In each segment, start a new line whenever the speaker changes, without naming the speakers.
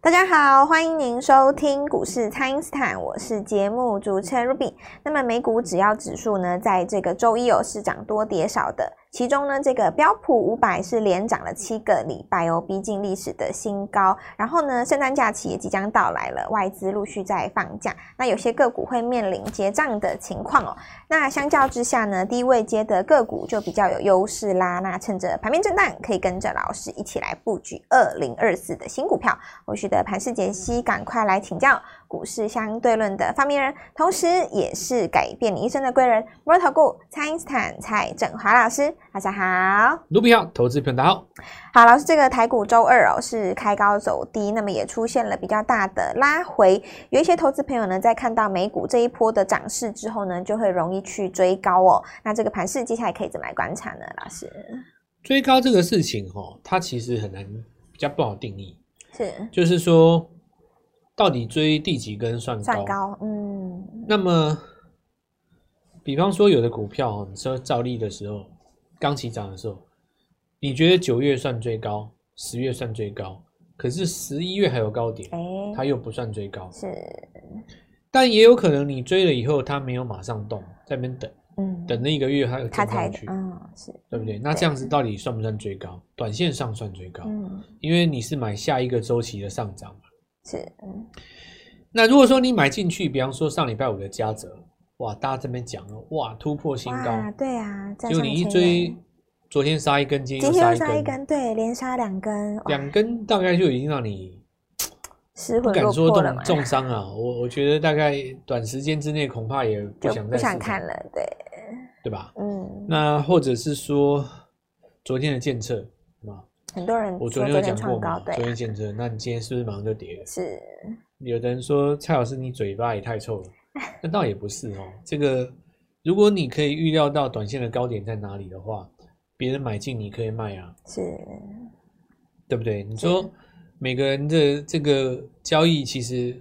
大家好，欢迎您收听股市蔡因斯坦，我是节目主持人 Ruby。那么美股只要指数呢，在这个周一有是涨多跌少的，其中呢，这个标普五百是连涨了七个礼拜哦，逼近历史的新高。然后呢，圣诞假期也即将到来了，外资陆续在放假，那有些个股会面临结账的情况哦。那相较之下呢，低位接的个股就比较有优势啦。那趁着盘面震荡，可以跟着老师一起来布局二零二四的新股票。后续的盘势解析，赶快来请教股市相对论的发明人，同时也是改变你一生的贵人——摩尔投顾蔡因斯坦蔡振华老师。大家好，
卢比奥投资频道，
好，老师，这个台股周二哦是开高走低，那么也出现了比较大的拉回。有一些投资朋友呢，在看到美股这一波的涨势之后呢，就会容易去追高哦。那这个盘势接下来可以怎么来观察呢？老师
追高这个事情哦，它其实很难，比较不好定义。
是
就是说，到底追第几根算高？
算高，嗯，
那么，比方说有的股票哦，你说照例的时候，刚起涨的时候，你觉得九月算最高，十月算最高，可是十一月还有高点，
哎、
它又不算最高。
是，
但也有可能你追了以后，它没有马上动，在那边等，
嗯，
等了一个月，它又
他
冲
才
上去，
嗯是，
对不对？那这样子到底算不算追高？短线上算追高，
嗯
因为你是买下一个周期的上涨嘛。
是，嗯
那如果说你买进去，比方说上礼拜五的嘉泽，哇，大家这边讲了，哇，突破新高，
哇，对啊，站
结
上
果你一
千
追
元，，
昨天杀一根，今天
今
又
天
杀
又杀一
一根，
根，对，连杀两根，哇
两根大概就已经让你
失
不
魂
敢
落
说
魄了
重
嘛，
重伤啊。我我觉得大概短时间之内恐怕也不
就
想
不
再
想
试
看
了，
了，对，
对吧？
嗯，
那或者是说昨天的建测啊，
很多人
我昨
说昨
天有
天
讲
创
过嘛
高，，对
昨
啊、
天建测，那你今天是不是马上就跌了？
是，
有的人说蔡老师你嘴巴也太臭了，那倒也不是哦。这个如果你可以预料到短线的高点在哪里的话，别人买进你可以卖啊，
是，
对不对？你
是
说每个人的这个交易其实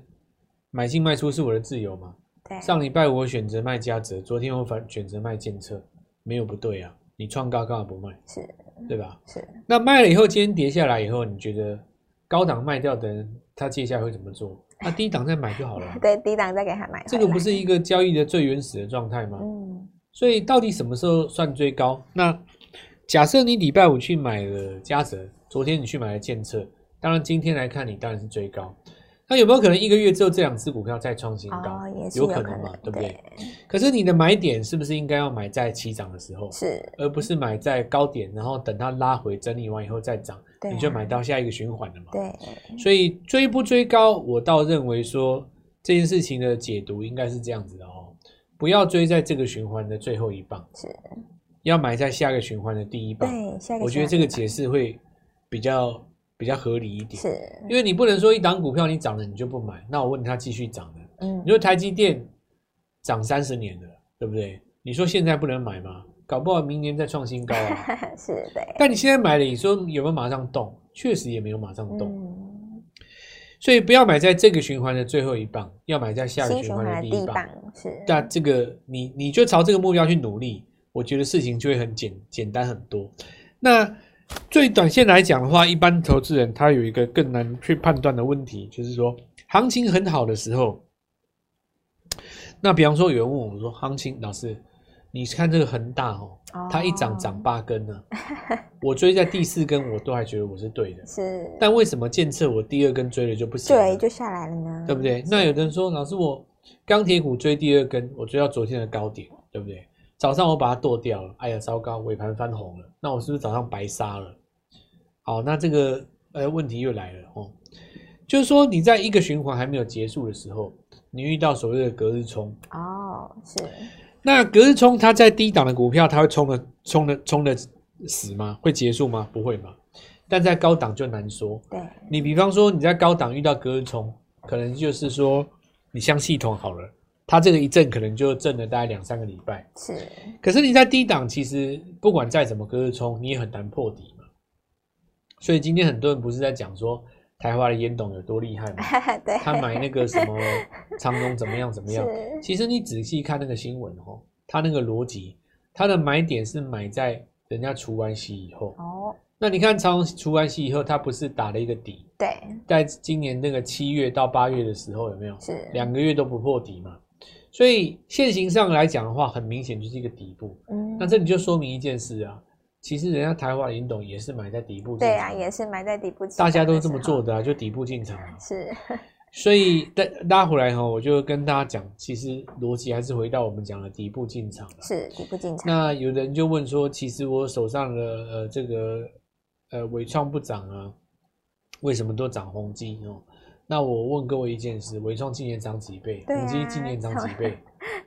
买进卖出是我的自由嘛。
对，
上礼拜我选择卖嘉泽，昨天我反选择卖建策，没有不对啊。你创高干嘛不卖？
是
对吧？
是，
那卖了以后，今天跌下来以后，你觉得高档卖掉的人他接下来会怎么做？那低档再买就好了啊、
对，低档再给他买回来，
这个不是一个交易的最原始的状态吗？
嗯，
所以到底什么时候算最高？那假设你礼拜五去买了嘉泽，昨天你去买了建策，当然今天来看你当然是最高。那有没有可能一个月之后这两只股票再创新高？
哦，也是
有
可
可能嘛对不对
对？
可是你的买点是不是应该要买在起涨的时候，
是，
而不是买在高点，然后等它拉回整理完以后再涨，
对啊
你就买到下一个循环了嘛？
对，
所以追不追高，我倒认为说这件事情的解读应该是这样子的哦，不要追在这个循环的最后一棒，
是，
要买在下个循环的第一棒。
对，下一个
我觉得
下
这
一
个
吧
解释会比较比较合理一点，
是，
因为你不能说一档股票你涨了你就不买，那我问它继续涨呢？
嗯
你，说台积电涨三十年了，对不对？你说现在不能买吗？搞不好明年再创新 高啊！
是对，
但你现在买了，你说有没有马上动？确实也没有马上动。
嗯，
所以不要买在这个循环的最后一棒，要买在下个
新
循
循
环
环的
的第
第
一
一
棒。
棒是，
那这个你你就朝这个目标去努力，我觉得事情就会很简简单很多。那最短线来讲的话，一般投资人他有一个更难去判断的问题，就是说行情很好的时候，那比方说有人问我说，行情老师，你看这个恒大哦，它一涨涨
哦
八根呢、 我追在第四根我都还觉得我是对的，
是，
但为什么建策我第二根追了就不行了？
对，就嗯下来了呢，
对不？对？那有的人说，老师，我钢铁股追第二根，我追到昨天的高点，对不对？早上我把它剁掉了，哎呀，糟糕，尾盘翻红了，那我是不是早上白杀了？好，那这个呃问题又来了哦，就是说你在一个循环还没有结束的时候，你遇到所谓的隔日冲，
哦，是，
那隔日冲它在低档的股票，它会冲的冲的冲的死吗？会结束吗？不会嘛？但在高档就难说，
对，
你比方说你在高档遇到隔日冲，可能就是说你像系统好了，它这个一震可能就震了大概两三个礼拜。
是，
可是你在低档，其实不管再怎么隔日冲，你也很难破底嘛。所以今天很多人不是在讲说台华的严董有多厉害嘛？
对，
他买那个什么长隆怎么样怎么样？
是
其实你仔细看那个新闻哦，他那个逻辑，他的买点是买在人家除完息以后，
哦，
那你看长虹除完息以后，它不是打了一个底，
对，
在今年那个七月到八月的时候，有没有
是，
两个月都不破底嘛？所以现行上来讲的话，很明显就是一个底部。
嗯
那这里就说明一件事啊，其实人家台华林董也是买在底部进场，
对啊，也是埋在底部起涨
大
的时候，
家都这么做的啊，就底部进场啊。
是，
所以大拉回来哈，我就跟大家讲，其实逻辑还是回到我们讲的底部进场了。啊
是底部进场，
那有人就问说，其实我手上的呃这个呃伟创不涨啊，为什么都涨宏基哦？那我问各位一件事，伟创今年涨几倍？
对啊
宏基今年涨几 倍？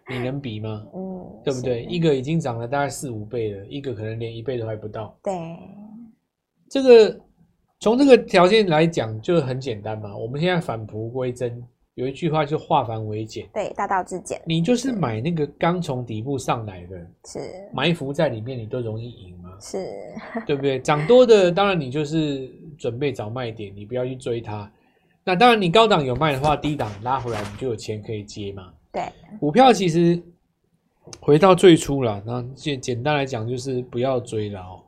你能比吗？
嗯，
对不对？
是
一个已经涨了大概四五倍了，一个可能连一倍都还不到。
对，
这个从这个条件来讲，就很简单嘛。我们现在返璞归真，有一句话就化繁为简，
对，大道至简
你就是买那个刚从底部上来的，
是，
埋伏在里面，你都容易赢嘛
是，
对不对？涨多的，当然你就是准备找卖点，你不要去追它。那当然，你高档有卖的话，低档拉回来，你就有钱可以接嘛。
对，
股票其实回到最初了，那简简单来讲就是不要追了哦。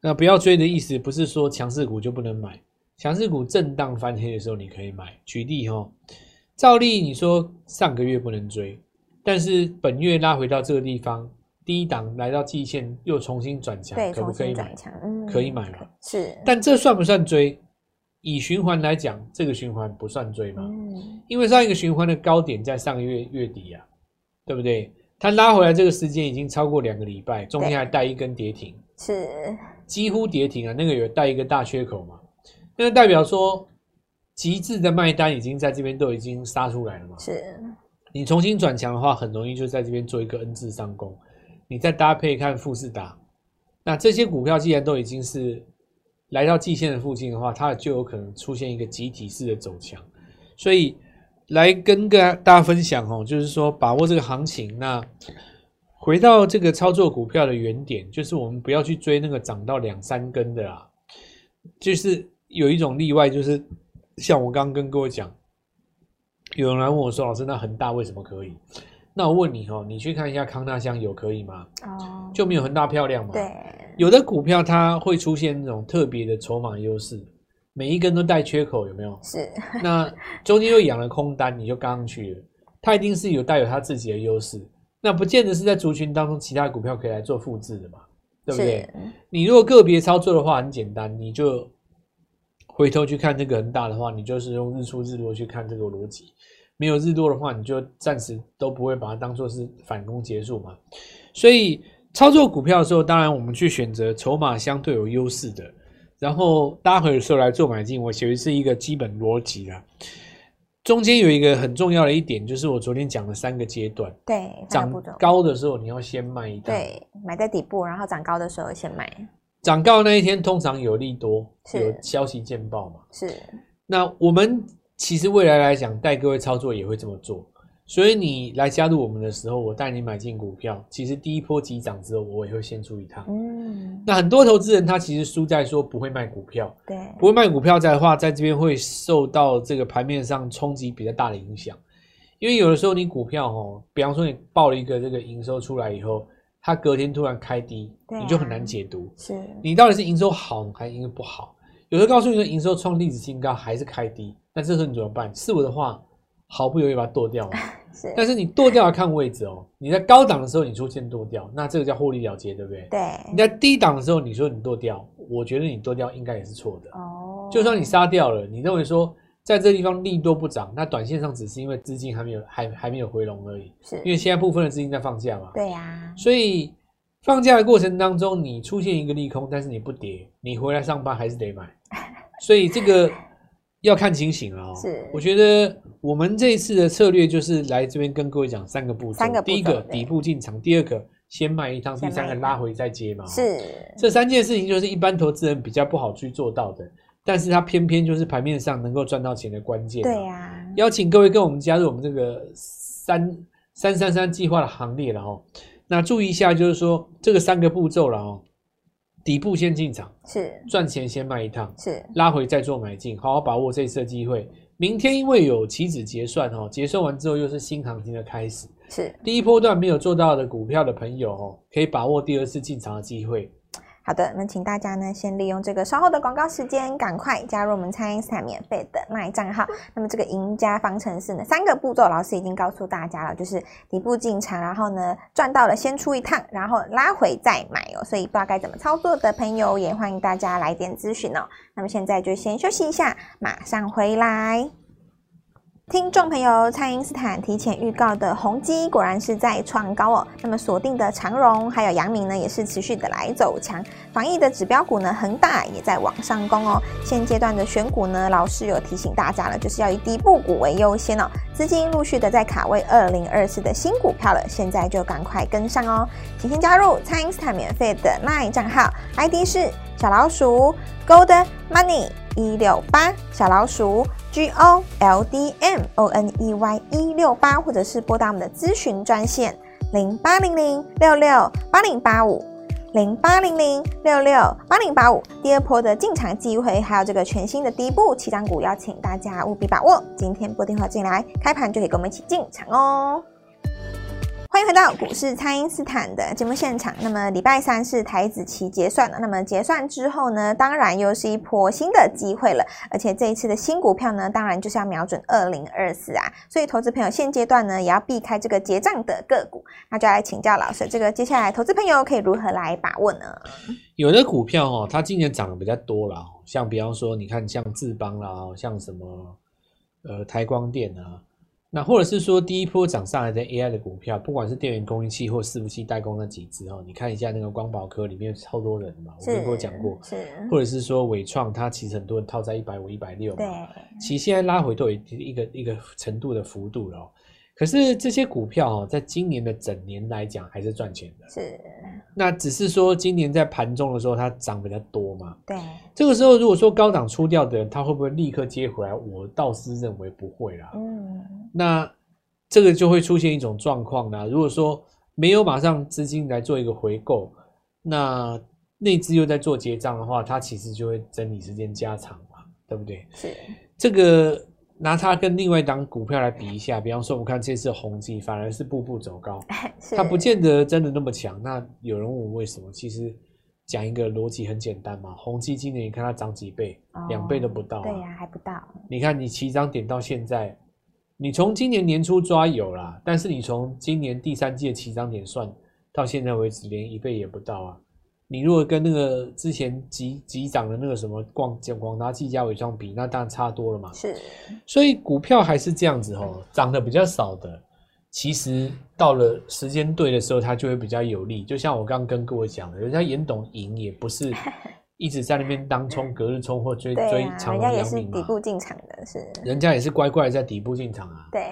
那不要追的意思不是说强势股就不能买，强势股震荡翻黑的时候你可以买。举例哦，照例你说上个月不能追，但是本月拉回到这个地方，低档来到季线又重新转强
对，，
可不
重
可以
新
买
转？强，嗯，
可以买吧？
是，
但这算不算追？以循环来讲，这个循环不算追吗？
嗯，
因为上一个循环的高点在上个月月底啊，对不对？它拉回来这个时间已经超过两个礼拜，中间还带一根跌停，
是，
几乎跌停啊，那个有带一个大缺口嘛，那就代表说极致的卖单已经在这边都已经杀出来了嘛。
是，
你重新转强的话，很容易就在这边做一个 N 字上攻，你再搭配看富士达，那这些股票既然都已经是来到季线的附近的话，它就有可能出现一个集体式的走强，所以来跟个大家分享哦，就是说把握这个行情，那回到这个操作股票的原点，就是我们不要去追那个涨到两三根的啦，就是有一种例外，就是像我刚刚跟各位讲。有人来问我说：“老师，那恒大为什么可以？”那我问你哦，你去看一下康纳香有可以吗？
哦，
就没有恒大漂亮嘛？
对，，？
有的股票它会出现那种特别的筹码优势，每一根都带缺口，有没有
是，
那中间又养了空单，你就刚上去了，它一定是有带有它自己的优势，那不见得是在族群当中其他股票可以来做复制的嘛，对不对？
是，
你如果个别操作的话，很简单，你就回头去看这个恒大的话，你就是用日出日落去看这个逻辑。没有日落的话，你就暂时都不会把它当做是反攻结束嘛。所以操作股票的时候，当然我们去选择筹码相对有优势的，然后拉回的时候来做买进，我觉得是一个基本逻辑啦。中间有一个很重要的一点，就是我昨天讲的三个阶段，
对，
涨
不懂，
高的时候你要先卖一档，
对，买在底部，然后涨高的时候先买，
涨高那一天通常有利多，
是
有消息见报嘛。
是，
那我们其实未来来讲，带各位操作也会这么做。所以你来加入我们的时候，我带你买进股票，其实第一波急涨之后，我也会先出一趟。
嗯，
那很多投资人他其实输在说不会卖股票，
对，
不会卖股票在的话，在这边会受到这个盘面上冲击比较大的影响。因为有的时候你股票哦，比方说你报了一个这个营收出来以后，它隔天突然开低，
对啊
你就很难解读。
是，
你到底是营收好还是营收不好？有的告诉你说营收创历史新高还是开低，那这时候你怎么办？是我的话，毫不犹豫把它剁掉嘛。
是，
但是你剁掉要看位置哦，你在高档的时候你出现剁掉，那这个叫获利了结，对不对？你
对，
在低档的时候你说你剁掉，我觉得你剁掉应该也是错的。
哦，
就算你杀掉了，你认为说在这地方利多不涨，那短线上只是因为资金还没有还还没有回笼而已，
是，
因为现在部分的资金在放假嘛。
对呀，
所以放假的过程当中，你出现一个利空，但是你不跌，你回来上班还是得 买。所以这个要看情形了哦。
是
我觉得我们这一次的策略就是来这边跟各位讲三个步骤。
三个步骤
第一个
对
底部进场，第二个先卖一趟，
先
第
卖一趟
三个拉回再接嘛。。
是，
这三件事情就是一般投资人比较不好去做到的，但是它偏偏就是盘面上能够赚到钱的关键。啊
对。啊呀，
邀请各位跟我们加入我们这个三三三三计划的行列了哦。那注意一下，就是说这个三个步骤了哦。底部先进场，
是，
赚钱先卖一趟，
是，
拉回再做买进，好好把握这次的机会。明天因为有期指结算哦，结算完之后又是新行情的开始。
是。
第一波段没有做到的股票的朋友哦，可以把握第二次进场的机会。
好的，那请大家呢先利用这个稍后的广告时间，赶快加入我们蔡因斯坦免费的卖账号。那么这个赢家方程式呢，三个步骤老师已经告诉大家了，就是底部进场，然后呢赚到了先出一趟，然后拉回再买哦。所以不知道该怎么操作的朋友，也欢迎大家来电咨询哦。那么现在就先休息一下，马上回来。听众朋友，蔡因斯坦提前预告的宏基果然是在创高哦。那么锁定的长荣还有阳明呢，也是持续的来走强。防疫的指标股呢，恒大也在往上攻哦。现阶段的选股呢，老师有提醒大家了，就是要以底部股为优先哦。资金陆续的在卡位二零二四的新股票了，现在就赶快跟上哦。请先加入蔡因斯坦免费的 LINE 账号，ID 是小老鼠 Gold Money 一六八小老鼠。G O L D M O N E Y 一六八，或者是拨打我们的咨询专线零八零零六六八零八五零八零零六六八零八五。第二波的进场机会，还有这个全新的第一步起涨股，邀请大家务必把握。今天拨电话进来，开盘就可以跟我们一起进场哦。欢迎回到股市，蔡因斯坦的节目现场。那么礼拜三是台子期结算了，那么结算之后呢，当然又是一波新的机会了。而且这一次的新股票呢，当然就是要瞄准二零二四啊。所以投资朋友现阶段呢，也要避开这个结账的个股。那就来请教老师，这个接下来投资朋友可以如何来把握呢？
有的股票哦，它今年涨得比较多啦，哦像比方说，你看像智邦啦，哦像什么呃台光电啊，那或者是说第一波涨上来的 AI 的股票，不管是电源供应器或伺服器代工那几只哦，你看一下那个光宝科里面超多人嘛，我
是
跟各位讲过，
是，
或者是说伟创，它其实很多人套在一百五、一百六
对，
嘛，其实现在拉回都有一个一个程度的幅度了、哦。可是这些股票哦，在今年的整年来讲还是赚钱的，
是，
那只是说今年在盘中的时候它涨比较多嘛。
对，
这个时候如果说高档出掉的人，他会不会立刻接回来？我倒是认为不会啦。
嗯，
那这个就会出现一种状况啦。如果说没有马上资金来做一个回购，那内资又在做结账的话，它其实就会整理时间加长嘛，对不对？
是，
这个拿它跟另外一档股票来比一下，比方说我们看这次宏基反而是步步走高，
是，
它不见得真的那么强。那有人问我为什么？其实讲一个逻辑很简单嘛，宏基今年你看它涨几倍
哦，
两、倍都不到、啊。
对呀、还不到，
你看你起涨点到现在，你从今年年初抓有啦，但是你从今年第三季的起涨点算到现在为止，连一倍也不到啊。你如果跟那个之前急急涨的那个什么广广达、技嘉、伟创比，那当然差多了嘛。
是，
所以股票还是这样子哦，涨得比较少的，其实到了时间对的时候，它就会比较有利。就像我刚刚跟各位讲的，人家严董赢也 不是一直在那边当冲、隔日冲或追、
对
追
呀、
长
人
荣、
家也
阳
是
明
底
嘛。
部进场的，是，
人家也是乖乖地在底部进场啊。
对。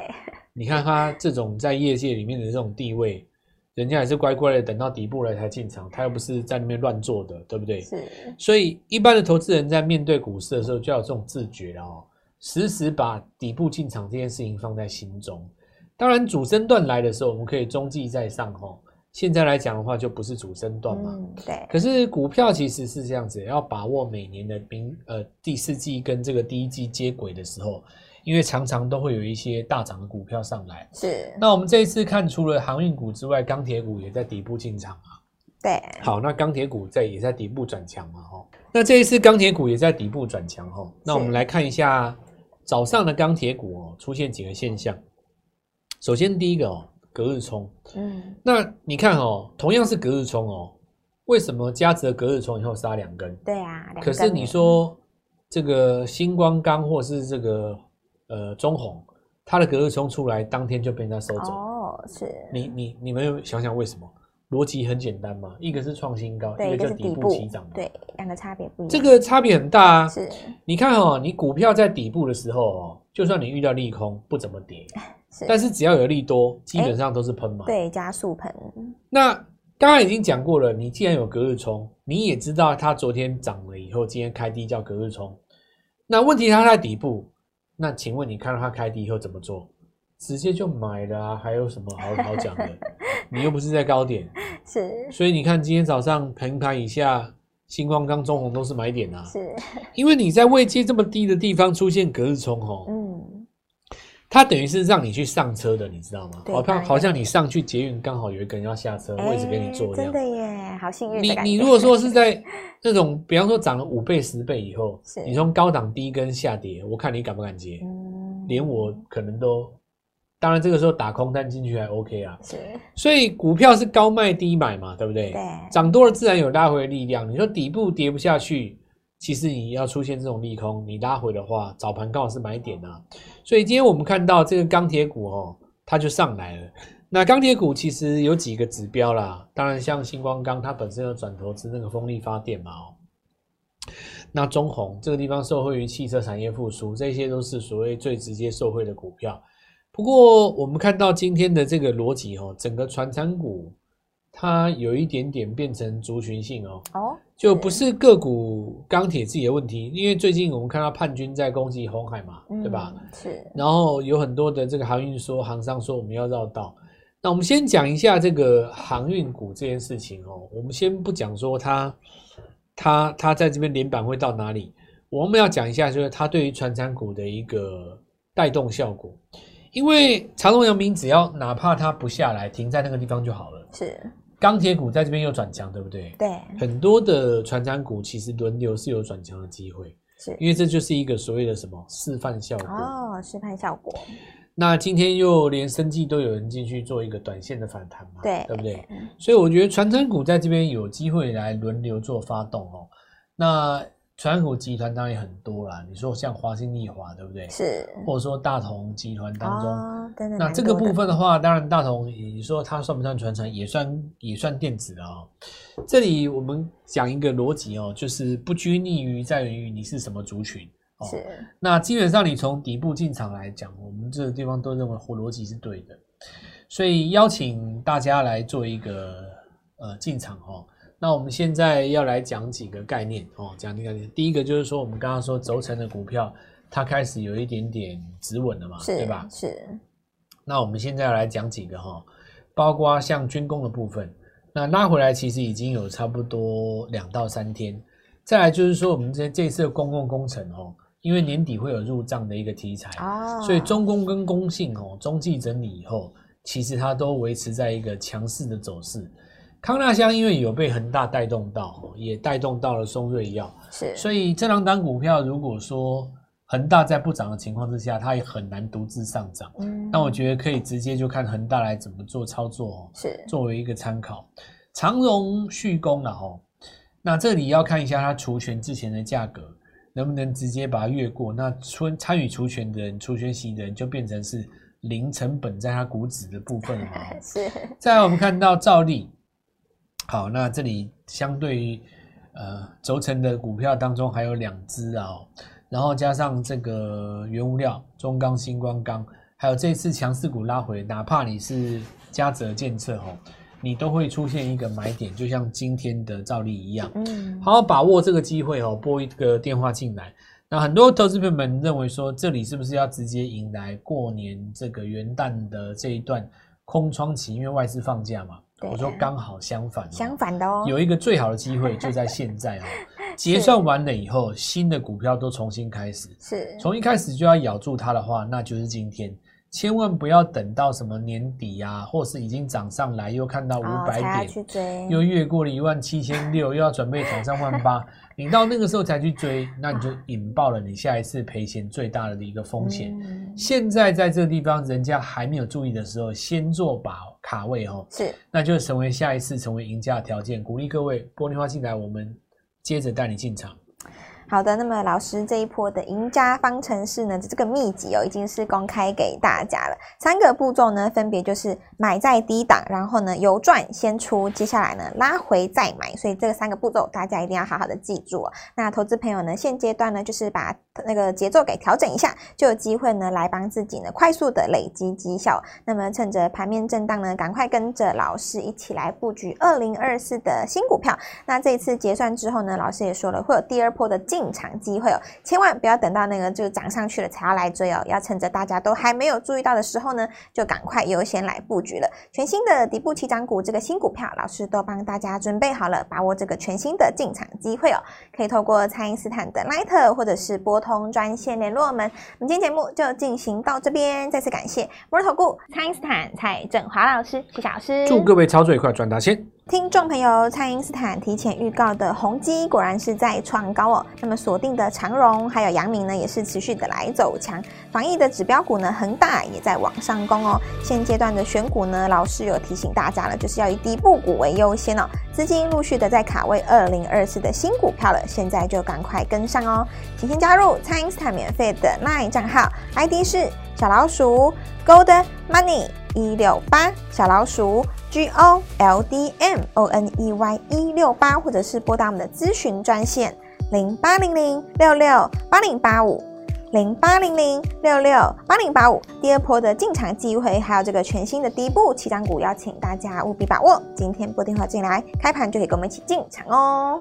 你看他这种在业界里面的这种地位，人家也是乖乖的等到底部来才进场，他又不是在那边乱做的，对不对？
是，
所以一般的投资人在面对股市的时候，就要有这种自觉了哦，时时把底部进场这件事情放在心中。当然，主升段来的时候，我们可以中继在上哦。现在来讲的话，就不是主升段嘛。
嗯，对，
可是股票其实是这样子，要把握每年的明呃第四季跟这个第一季接轨的时候，因为常常都会有一些大涨的股票上来。
是，
那我们这一次看，除了航运股之外，钢铁股也在底部进场啊。
对，
好，那钢铁股在也在底部转强嘛，哦。那这一次钢铁股也在底部转强，哦。那我们来看一下早上的钢铁股哦，出现几个现象。首先第一个哦，隔日冲。
嗯，
那你看哦，同样是隔日冲哦，为什么嘉泽隔日冲以后杀两根？
对啊，两
可是
根
你
耶，
说这个星光钢或是这个呃中红，它的隔日冲出来当天就被人家收走。
哦，是，
你你你们有想想为什么？逻辑很简单嘛，一个是创新高，
对，
一
一个
个叫
是
底
底
部
部
起涨嘛，。
对，两个差别不一样，
这个差别很大啊。
是，
你看哦，你股票在底部的时候哦，就算你遇到利空不怎么跌，
是，
但
是
是只要有利多，基本上都是喷嘛。
哎对加速盆，
那刚刚已经讲过了，你既然有隔日冲，你也知道它昨天涨了以后，今天开低叫隔日冲。那问题它在底部，那请问你看到它开低以后怎么做？直接就买了啊，还有什么好好 讲的？你又不是在高点，
是
所以你看今天早上平盘以下，星光刚、中红都是买点啊，
是，
因为你在位阶这么低的地方出现隔日冲哦，
嗯，
它等于是让你去上车的，你知道吗？
对
好
当
像
然
好像你上去捷运，刚好有一个人要下车，位置给你坐这
哎真
样。
的耶，好幸运的
你
感觉。
你如果说是在那种，比方说涨了五倍十倍以后
是，
你从高档低跟下跌，我看你敢不敢接？
嗯
连我可能都，当然这个时候打空单进去还 OK 啊。
是
所以股票是高卖低买嘛，对不对？
对
涨多了自然有拉回的力量。你说底部跌不下去，其实你要出现这种利空，你拉回的话，早盘刚好是买点啊。所以今天我们看到这个钢铁股哦，它就上来了。那钢铁股其实有几个指标啦，当然像星光钢，它本身有转投资那个风力发电嘛哦。那中红这个地方受惠于汽车产业复苏，这些都是所谓最直接受惠的股票。不过我们看到今天的这个逻辑哦，整个传产股它有一点点变成族群性哦，
哦，
就不是个股钢铁自己的问题，因为最近我们看到叛军在攻击红海嘛，对吧？
嗯？是
然后有很多的这个航运说航商说我们要绕道。那我们先讲一下这个航运股这件事情哦，我们先不讲说它它它在这边连板会到哪里，我们要讲一下就是它对于传产股的一个带动效果。因为长荣、阳明只要哪怕它不下来，停在那个地方就好了。
是，
钢铁股在这边又转强，对不对？
对
很多的传产股其实轮流是有转强的机会，
是
因为这就是一个所谓的什么示范效果。
哦，示范效果
那今天又连生计都有人进去做一个短线的反弹嘛，
对
对不对？
嗯
所以我觉得传承股在这边有机会来轮流做发动哦。那传承股集团当然也很多啦，你说像华兴、丽华，对不对？
是
或者说大同集团当中，
哦，真的
那
蛮
这个
多
部
的
分的话，当然大同，你说它算不算传承，也算也算电子的哦。这里我们讲一个逻辑哦，就是不拘泥于在于你是什么族群哦。
是
那基本上你从底部进场来讲，我们这个地方都认为活逻辑是对的，所以邀请大家来做一个呃进场哦。那我们现在要来讲几个概念哦，讲几个概念。第一个就是说，我们刚刚说轴承的股票，它开始有一点点止稳了嘛，
是
对吧？
是
那我们现在要来讲几个哈、包括像军工的部分，那拉回来其实已经有差不多两到三天。再来就是说，我们这这一次的公共工程哦，因为年底会有入账的一个题材，
哦，
所以中工跟工信哦，中继整理以后，其实它都维持在一个强势的走势。康纳香因为有被恒大带动到哦，也带动到了松瑞药，
是
所以这两档股票如果说恒大在不涨的情况之下，它也很难独自上涨。
嗯
那我觉得可以直接就看恒大来怎么做操作哦，
是
作为一个参考。长荣续工了哦，那这里要看一下它除权之前的价格能不能直接把它越过。那参参与除权的人、除权息的人就变成是零成本在它股指的部分了嘛哦。
是
再来，我们看到照例，好，那这里相对于呃轴承的股票当中还有两只啊、哦，然后加上这个原物料中钢、星光钢，还有这次强势股拉回，哪怕你是嘉泽建设哦，你都会出现一个买点，就像今天的照例一样。
嗯
好好把握这个机会哦，拨一个电话进来。那很多投资朋友们认为说，这里是不是要直接迎来过年这个元旦的这一段空窗期？因为外资放假嘛。
对
我说刚好相反、哦，
相反的哦，
有一个最好的 机会就在现在哦。结算完了以后，新的股票都重新开始，
是
从一开始就要咬住它的话，那就是今天。千万不要等到什么年底啊，或是已经涨上来又看到五
哦才
百
要
点，
去追，
又越过了一万七千六，又要准备挑战万八，你到那个时候才去追，那你就引爆了你下一次赔钱最大的一个风险。
嗯
现在在这个地方，人家还没有注意的时候，先做把卡位哦，
是
那就成为下一次成为赢家的条件。鼓励各位玻璃花进来，我们接着带你进场。
好的，那么老师这一波的赢家方程式呢，这个秘籍哦，已经是公开给大家了。三个步骤呢，分别就是买在低档，然后呢由赚先出，接下来呢拉回再买。所以这个三个步骤大家一定要好好的记住哦。那投资朋友呢，现阶段呢就是把那个节奏给调整一下，就有机会呢来帮自己呢快速的累积绩效。那么趁着盘面震荡呢，赶快跟着老师一起来布局二零二四的新股票。那这一次结算之后呢，老师也说了，会有第二波的进进场机会哦，千万不要等到那个就涨上去了才要来追哦，要趁着大家都还没有注意到的时候呢，就赶快优先来布局了。全新的底部起涨股这个新股票，老师都帮大家准备好了，把握这个全新的进场机会哦。可以透过蔡因斯坦的 Light 或者是拨通专线联络我们。我们今天节目就进行到这边，再次感谢摩尔投顾蔡因斯坦蔡振华老师、谢谢老师，
祝各位操作愉快，赚大钱！
听众朋友，蔡因斯坦提前预告的宏基果然是在创高哦。那么锁定的长荣还有阳明呢，也是持续的来走强。防疫的指标股呢，恒大也在往上攻哦。现阶段的选股呢，老师有提醒大家了，就是要以底部股为优先哦。资金陆续的在卡位二零二四的新股票了，现在就赶快跟上哦。请先加入蔡因斯坦免费的 LINE 账号，ID 是小老鼠 Gold Money 一六八小老鼠。G O L D M O N E Y 一六八，或者是拨打我们的咨询专线零八零零六六八零八五零八零零六六八零八五。第二波的进场机会，还有这个全新的第一步起涨股，邀请大家务必把握。今天拨电话进来，开盘就可以跟我们一起进场哦。